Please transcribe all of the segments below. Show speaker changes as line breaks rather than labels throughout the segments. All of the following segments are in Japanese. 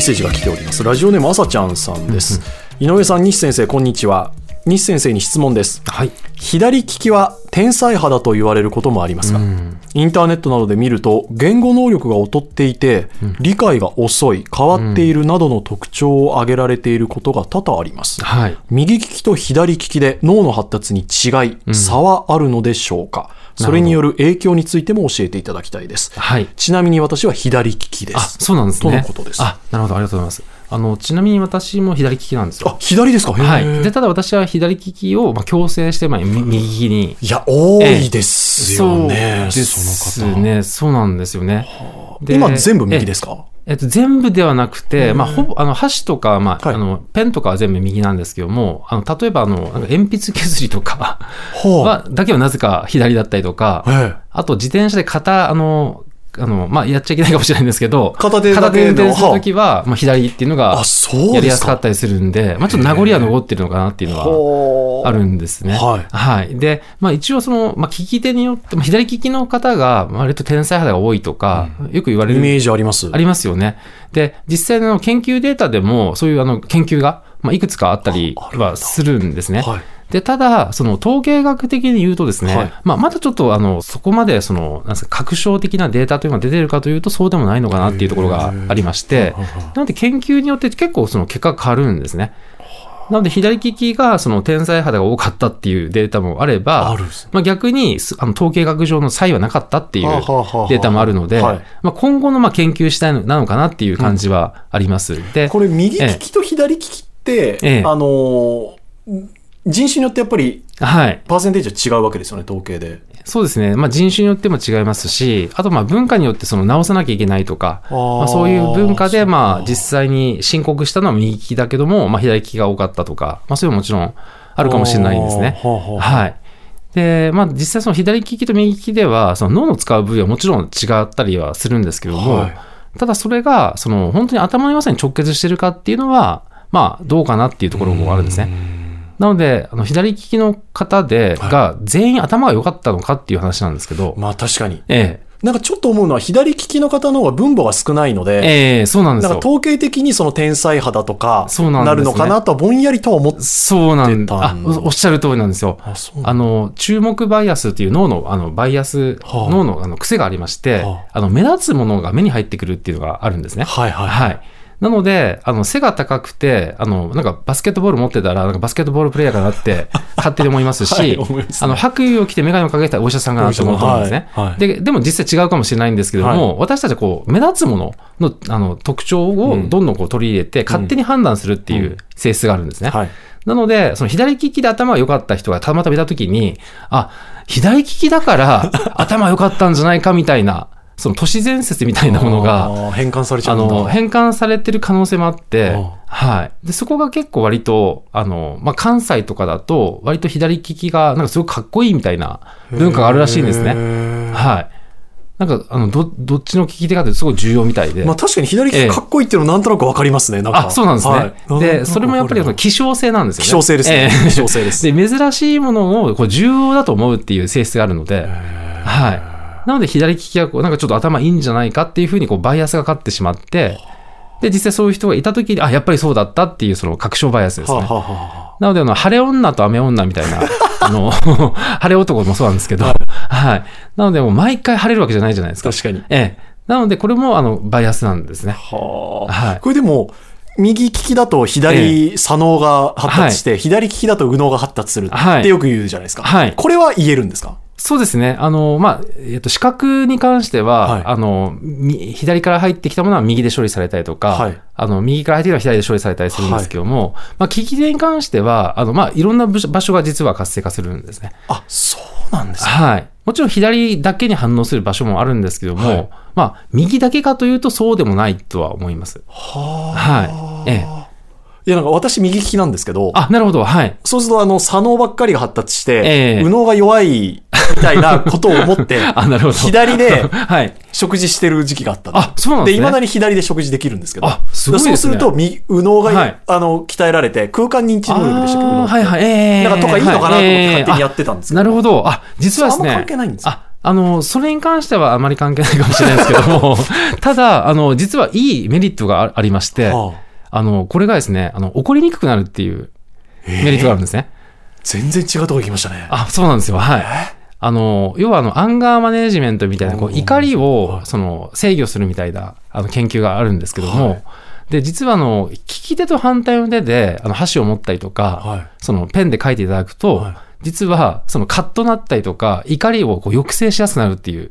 セージが来ておりますラジオネームあさちゃんさんです、井上さん西先生こんにちは西先生に質問です
はい。
左利きは天才派だと言われることもありますが、
うん。
インターネットなどで見ると言語能力が劣っていて、理解が遅い変わっているなどの特徴を挙げられていることが多々あります、
はい。
右利きと左利きで脳の発達に違い、差はあるのでしょうかそれによる影響についても教えていただきたいです
はい。
ちなみに私は左利きで
あ、
す
そうなんですね。
とのことです
あ、なるほど、ありがとうございます。あの、ちなみに私も左利きなんです
あ
よ。
左ですかへー
はい。で、ただ私は左利きを、まあ、強制して、まあ、み右利きに。
いや多いですよね、
そう
そ
です
の方
ね。そうなんですよね。で
今全部右ですか
えっと、全部ではなくて、まあ、ほぼ、あの、箸とか、まあ、
はい
あの、ペンとかは全部右なんですけども、あの、例えば、あの、なんか鉛筆削りとか
は
は、だけはなぜか左だったりとか
あ、え
あと、自転車で片、あの、あの、まあ、やっちゃいけないかもしれないんですけど、
片手だけの
片手運転するときは、まあ、左っていうの
え
が
あ、そう
やり
で
や
す
す
か
かったりするんで、まあ、ちょっと名残は残ってるのかなっていうのは、
はあ
あるんですね。
はい
で、まあ一応その、まあ利き手によって、まあ、左利きの方が割と天才肌が多いとか、よく言われ
イ
る、
メージあります。
ありますよね。で、実際の研究データでも、そういうあの研究が、まあいくつかあったり
ああるんだ
はするんですね。
はい。
で、ただ、その統計学的に言うとですね、
はい
まあまだちょっとあの、そこまでその、なんですか、確証的なデータというのが出てるかというと、そうでもないのかなっていうところがありまして、なので研究によって結構その結果が変わるんですね。なので左利きがその天才肌が多かったっていうデータもあれば、
あるんですね
まあ、逆にすあの統計学上の差異はなかったっていう
はあはあはあはあ
データもあるので、
はい
まあ、今後のまあ研究次第なのかなっていう感じはあります。で、
これ、右利きと左利きって、
ええ
あのー人種によってやっぱり、
はい。
パーセンテージは違うわけですよね、統計で。
そうですね、まあ、人種によっても違いますし、あとまあ文化によってその直さなきゃいけないとか、
あー
まあ、そういう文化
そ
で
うか
まあ実際に申告したのは右利きだけども、まあ、左利きが多かったとか、まあ、そういうのももちろんあるかもしれないですね。
あーはあはあ
はいでまあ、実際、その左利きと右利きではその脳の使う部位はもちろん違ったりはするんですけども、
はい
ただそれがその本当に頭の良さに直結してるかっていうのは、まあ、どうかなっていうところもあるんですね。なので、あの左利きの方で、が全員頭が良かったのかっていう話なんですけど、
まあ確かに。
え
なんかちょっと思うのは、左利きの方の方が分母が少ないの
え
で、
ええそうなんです
なんか
よ。
統計的にその天才肌とか、
そうなんですね
るのかなとはぼんやりとは思って、
そうなん
出た
あ
んだ
おおっしゃる通りなんですよ。
あ、そう
あの注目バイアスっていう脳のあのバイアス、
はあ
脳のあの癖がありまして、
は
あの目立つものが目に入ってくるっていうのがあるんですね。
はいはい。
はい。なので、あの、背が高くて、あの、なんかバスケットボール持ってたら、なんかバスケットボールプレイヤーかな って、勝手に思いますし、
はい思います
あの、白衣を着て眼鏡をかけたお医者さんかなと思うと思うんですね、
はいはい
で。でも実際違うかもしれないんですけども、私たちはこう、目立つものの、あの、特徴をどんどんこう取り入れて、勝手に判断するっていう性質があるんですね。
はい
なので、その左利きで頭が良かった人がたまたまいたときに、あ、左利き だから頭良かったんじゃないかみたいな、その都市伝説みたいなものが、
あー変換されちゃ
あ
うんだ。
の変換されてる可能性もあって
あ、
はい、でそこが結構割とあの、まあ、関西とかだと割と左利きがなんかすごくかっこいいみたいな文化があるらしいんです
へ
ね。
ー
はい、なんかあのどどっちの利き手かってすごい重要みたいで。
まあ確かに左利きかっこいいっていうのなんとなくわかりますね。なんか
あそうなんですね。
はい
で、それもやっぱりその希少性なんですよね。
希少性ですね
ええ
希少性です
で、珍しいものをこう重要だと思うっていう性質があるので、はい。なので、左利きがこうなんかちょっと頭いいんじゃないかっていうふうにこうバイアスがかかってしまって、で、実際そういう人がいたときに、あ、やっぱりそうだったっていうその確証バイアス です
はあ
ね。
はあは
なので、あの、晴れ女と雨女みたい な、あの、 晴れ男もそうなんですけど、はい。なので、もう毎回晴れるわけじゃないじゃないです
あ
か。
確かに。
ええ。なので、これも、あの、バイアスなんですね。
はあ
はい
これでも、右利きだと左左脳が発達して、左利きだと右脳が発達する
はい
ってよく言うじゃないですか。
はい
これは言えるんですか
そうですね。あの、まあ、えっと、視覚に関しては、
はい
あの、み左から入ってきたものは右で処理されたりとか、
はい
あの、右から入ってきたものは左で処理されたりするんですけども、まあ、利き手に関しては、あの、まあ、いろんな部署場所が実は活性化するんですね。
あ、そうなんですか。
はい。もちろん左だけに反応する場所もあるんですけども、
はい
まあ、右だけかというとそうでもないとは思います。
はあ
はい。ええ。
いや、なんか私右利きなんですけど、
あ、なるほど。はい。
そうすると、あの、左脳ばっかりが発達して、
ええ
右脳が弱いみたいなことを思って、
あ、なるほど。
左で
はい。
食事してる時期があったんです
あ、そうなん
で、
です
い
ね。
まだに左で食事できるんですけど。
あすごいですね
だからそうすると、み右脳が、
はい
あの、鍛えられて、空間認知能力でしたっけど、
あーはいはい。ええ
なんかとかいいのかなと思って
ええ
勝手にやってたんですけど
あなるほど。あ、実はですね。
そうあんま関係ないんですよ
ああの、それに関してはあまり関係ないかもしれないですけど も、ただ、あの、実はいいメリットがあありまして、
はあ
あの、これがですね、あの、起こりにくくなるっていうメリットがあるんですね。
全然違うとこ行きましたね。
あ、そうなんですよ。はい。あの、要はあの、アンガーマネージメントみたいな、こ
お
う、
ー
怒り
は
を
い、
その、制御するみたいな、あの、研究があるんですけども、
はい
で、実はあの、利き手と反対の手で、あの、箸を持ったりとか、
はい
その、ペンで書いていただくと、
はい
実は、その、カッとなったりとか、怒りをこう抑制しやすくなるっていう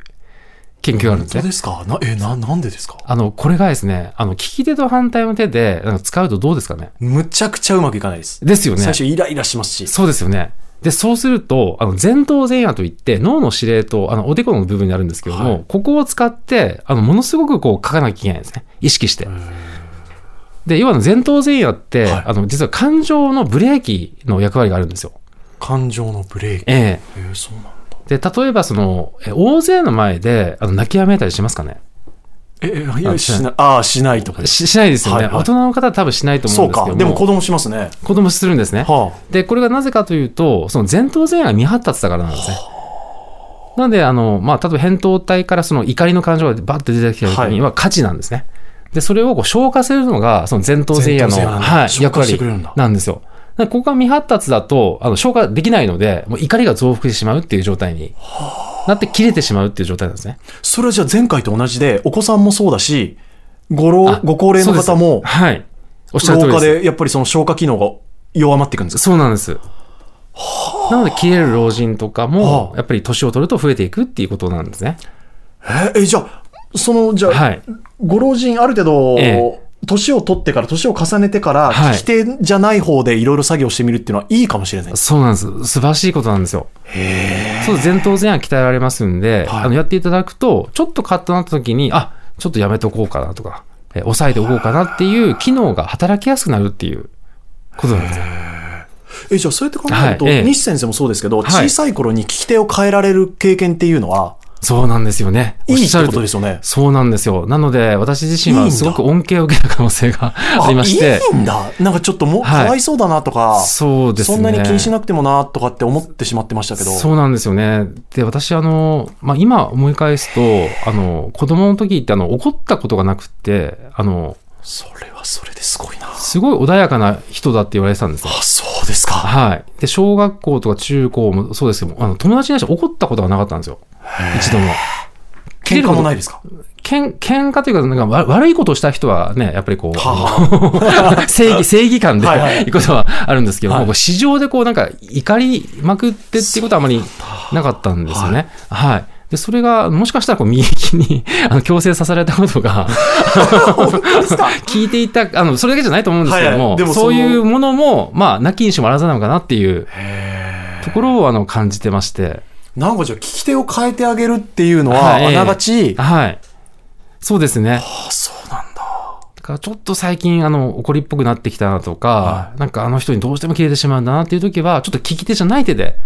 研究があるんです
本当
ね。
ですかなえな、なんでですか
あの、これがですね、あの、利き手と反対の手で、なんか使うとどうですかね
むちゃくちゃうまくいかないです。
ですよね。
最初イライラしますし。
そうですよね。で、そうすると、あの、前頭前野といって、脳の指令と、あの、おでこの部分になるんですけども、
はい
ここを使って、あの、ものすごくこう、書かなきゃいけないんですね。意識して。で、要はあの前頭前野って、
はい
あの、実は感情のブレーキの役割があるんですよ。
感情のブレーキ。
え
えーそうなんだ。
えで、例えばその、え大勢の前で、あの、泣きやめたりしますかね
えー、いや
あしない
しない。ああ、しないとかです。
ししないですよね、
はいはい
大人の方は多分しないと思
そ
うん
う
ですけども。
か。でも子供しますね。
子供するんですね。
は
で、これがなぜかというと、その前頭前野が未発達だからなんですね。なんで、あの、まあ、例えば扁桃体からその怒りの感情がバッて出てきた時には価値なんですね。で、それをこう消化するのが、その前頭前野の
前頭前野なんだ
はい、
消
役
化して
割
くれるんだ
なんですよ。だからここが未発達だと、あの消化できないので、もう怒りが増幅してしまうっていう状態になって切れてしまうっていう状態なんですね。
あ。それはじゃあ前回と同じで、お子さんもそうだし、ご老
あ
ご高齢の
そう
方
です
も、
はい。おっしゃる通
老
りで
化
す。
でやっぱりその消化機能が弱まっていくんですか
そうなんです。なので、切れる老人とか
は
も
あ、
やっぱり年を取ると増えていくっていうことなんですね。
えーえーじゃあ、その、じゃあ、
はい。
ご老人ある程
え
度、年を取ってから、年を重ねてから、
はい
利き手じゃない方でいろいろ作業してみるっていうのはいいかもしれないです。
そうなんです。素晴らしいことなんですよ。そう、前頭前野鍛えられますんで、
はい
あの、やっていただくと、ちょっとカッとなった時に、あ、ちょっとやめとこうかなとか、え抑えておこうかなっていう機能が働きやすくなるっていうことなんですよ。
え、じゃあそうやって考えると、
はいええ
西先生もそうですけど、
はい
小さい頃に利き手を変えられる経験っていうのは、
そうなんですよね。
いい
おっ
って
しゃる
ことですよね。
そうなんですよ。なので、私自身
いいん
は
だ
すごく恩恵を受けた可能性 がありまして。
いいんだ。なんかちょっともう、
はい
かわいそうだなとか、
そうですね。
そんなに気にしなくてもなとかって思ってしまってましたけど。
そうなんですよね。で、私、あの、まあ、今思い返すと、あの、子供の時って、あの、怒ったことがなくって、あの、
それはそれですごいな。あ、
すごい穏やかな人だって言われてたんですよ。
そうですか。
はい。で、小学校とか中高もそうですけども、あの、友達に対して怒ったことがなかったんですよ。一度も。。
喧嘩もないいですか
喧喧嘩というか、なんかわ悪いことをした人はね、やっぱりこう、
は
あの正義、正義感で
はいはい
行くことはあるんですけども、
はい
こう市場でこうなんか怒りまくってっていうことはあまりなかったんですよね。はい。で、それが、もしかしたらこう右利きにあの強制させられたことが、 聞いていた、あの、それだけじゃないと思うんですけども、
はいはいでもその
そういうものも、まあ、なきにしもあらずなのかなっていうところをあの感じてまして、
なんかじゃあ、利き手を変えてあげるっていうのは、
はい
あながち、
はい。そうですね。
あ、そうなんだ。
だからちょっと最近、あの、怒りっぽくなってきたなとか、
は
なんかあの人にどうしても切れてしまうんだなっていう時は、ちょっと利き手じゃない手で、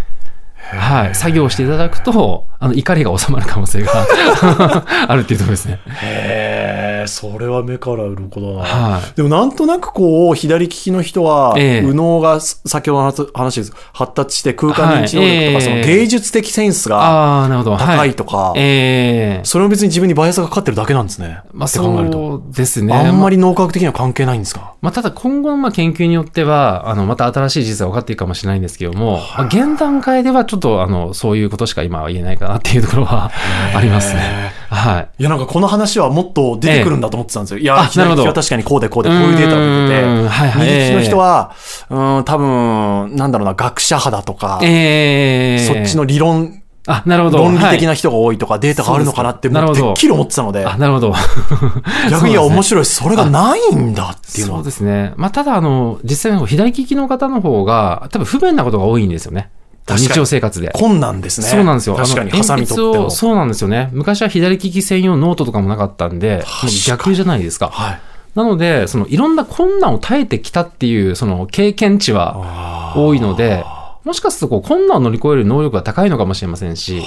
はい、作業していただくと、あの、怒りが収まる可能性が あるっていうところですね。
へえ、それは目から鱗だな。
はい。
でもなんとなくこう、左利きの人は、
ええ
右脳がす先ほどの話話です。発達して空間認知能力とか、
はい
その
ええ
芸術的センスが
ああ、なるほど。はい。
高いとか、
ええ
それも別に自分にバイアスがかかってるだけなんですね。
まあ、
って考えると。
そうですね。
あんまり脳科学的には関係ないんですか
まあ、ただ今後のまあ研究によっては、あの、また新しい事実が分かっていくかもしれないんですけども、まあ、現段階ではちょっと、あの、そういうことしか今は言えないかなっていうところはありますね。はい。
いや、なんかこの話はもっと出てくるんだと思ってたんですよ。いや、左
あ
利き
なる
は
ほど
確かにこうでこうで、こういうデータが
うー
出て
ん
て、
はいはい
右利きの人は、うーん、多分、なんだろうな、学者派だとか、
ええ
そっち、の理論、
あ、なるほど。
論理的
は
な人が多いとか、データがあるのかなって、
そうですか
もう
なる
て
ほ
っ
ど
きり思ってたので
い、あ、なるほど。
逆にいや
そうですね
面白いです。それがないんだっていうの
そう
は。
ですね。まあ、ただ、あの、実際の左利きの方の方が、多分不便なことが多いんですよね。
確か
日
に
常生活で。
困難ですね。
そうなんですよ。
確か
あ
に、
の
ハサミ取って
鉛筆
も
を。そうなんですよね。昔は左利き専用ノートとかもなかったんで、
確かに
逆じゃないですか。
はい。
なので、そのいろんな困難を耐えてきたっていう、その経験値は多いので、もしかするとこう困難を乗り越える能力が高いのかもしれませんし、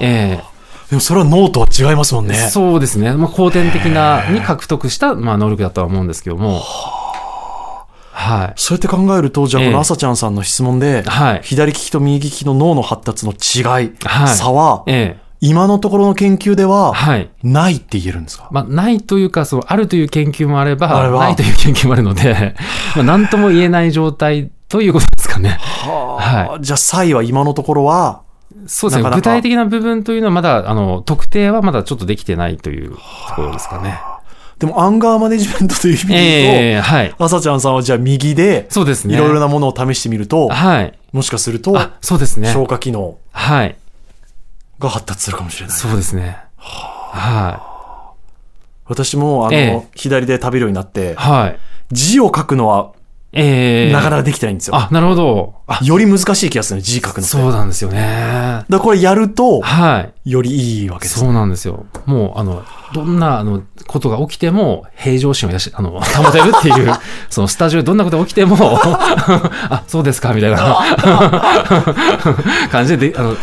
え
でもそれは脳とは違いますもん
え
ね。
そうですね。まあ、後天的なに獲得した、まあ、能力だとは思うんですけども、は
そうやって考えると、じゃあこ
ええ
の朝ちゃんさんの質問で
い。、はい。
左利きと右利きの脳の発達の違い、
はい
差は、
ええ
今のところの研究では、
はい。
ないって言えるんですか、
まあ、ないというか、その、あるという研究もあれば、
あれば
ないという研究もあるので、 まあ、なんとも言えない状態ということです かね。
はあ、じゃあ、サイは今のところは、
そうですね。
なかな
具
か
体的な部分というのは、まだ、あの、特定はまだちょっとできてないというところですかね。
でもアンガーマネジメントという意味で言う
ええはい。
と、朝ちゃんさんはじゃあ右で、
そうですね。
いろいろなものを試してみると、
はい。
もしかすると、
あ、そうですね。
消化機能
はい。
が発達するかもしれない。
そうですね。は
私も、あの、
え
左で食べるようになって
い。、はい。
字を書くのは、
ええ
なかなかできてないんですよ。
あ、なるほど。あ、
より難しい気がするね字書くのって。
そうなんですよね。
だからこれやると、
はい。
よりいいわけですね
そうなんですよ。もう、あの、どんな、あの、ことが起きても、平常心をやし、あの、保てるって いう、その、スタジオでどんなことが起きても、 あ、そうですか、みたいな感じでで、あの、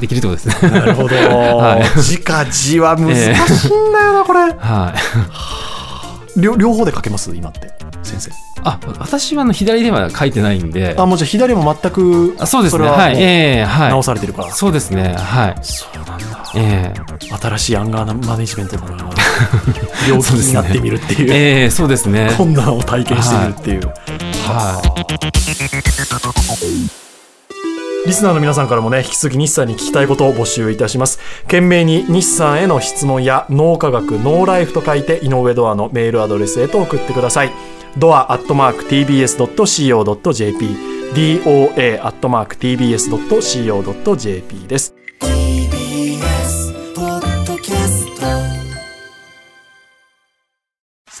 できるってことですね。
なるほど。
は
字か字は難しいんだよな、これ。
はい。
両両方で書けます今って、先生。
あ、私は、あの、左では書いてないんで、
あ、もうじゃあ左も全く、
あそうです
れ
ね。
は
はい。
も
ええ
う
は
直
い。
されてるから。
そうですね。はい。
そうなんだ。
え
新しいアンガーマネジメントだ な。病気になってみるって
え
いう。
ええそうですね。
困難を体験してみるっていう、
は
リスナーの皆さんからもね引き続き日産に聞きたいことを募集いたします懸命に日産への質問や脳科学ノーライフと書いて井上ドアのメールアドレスへと送ってくださいドアアットマーク TBS.CO.JP DOA アットマーク TBS.CO.JP です
TBS ポッドキャスト
ス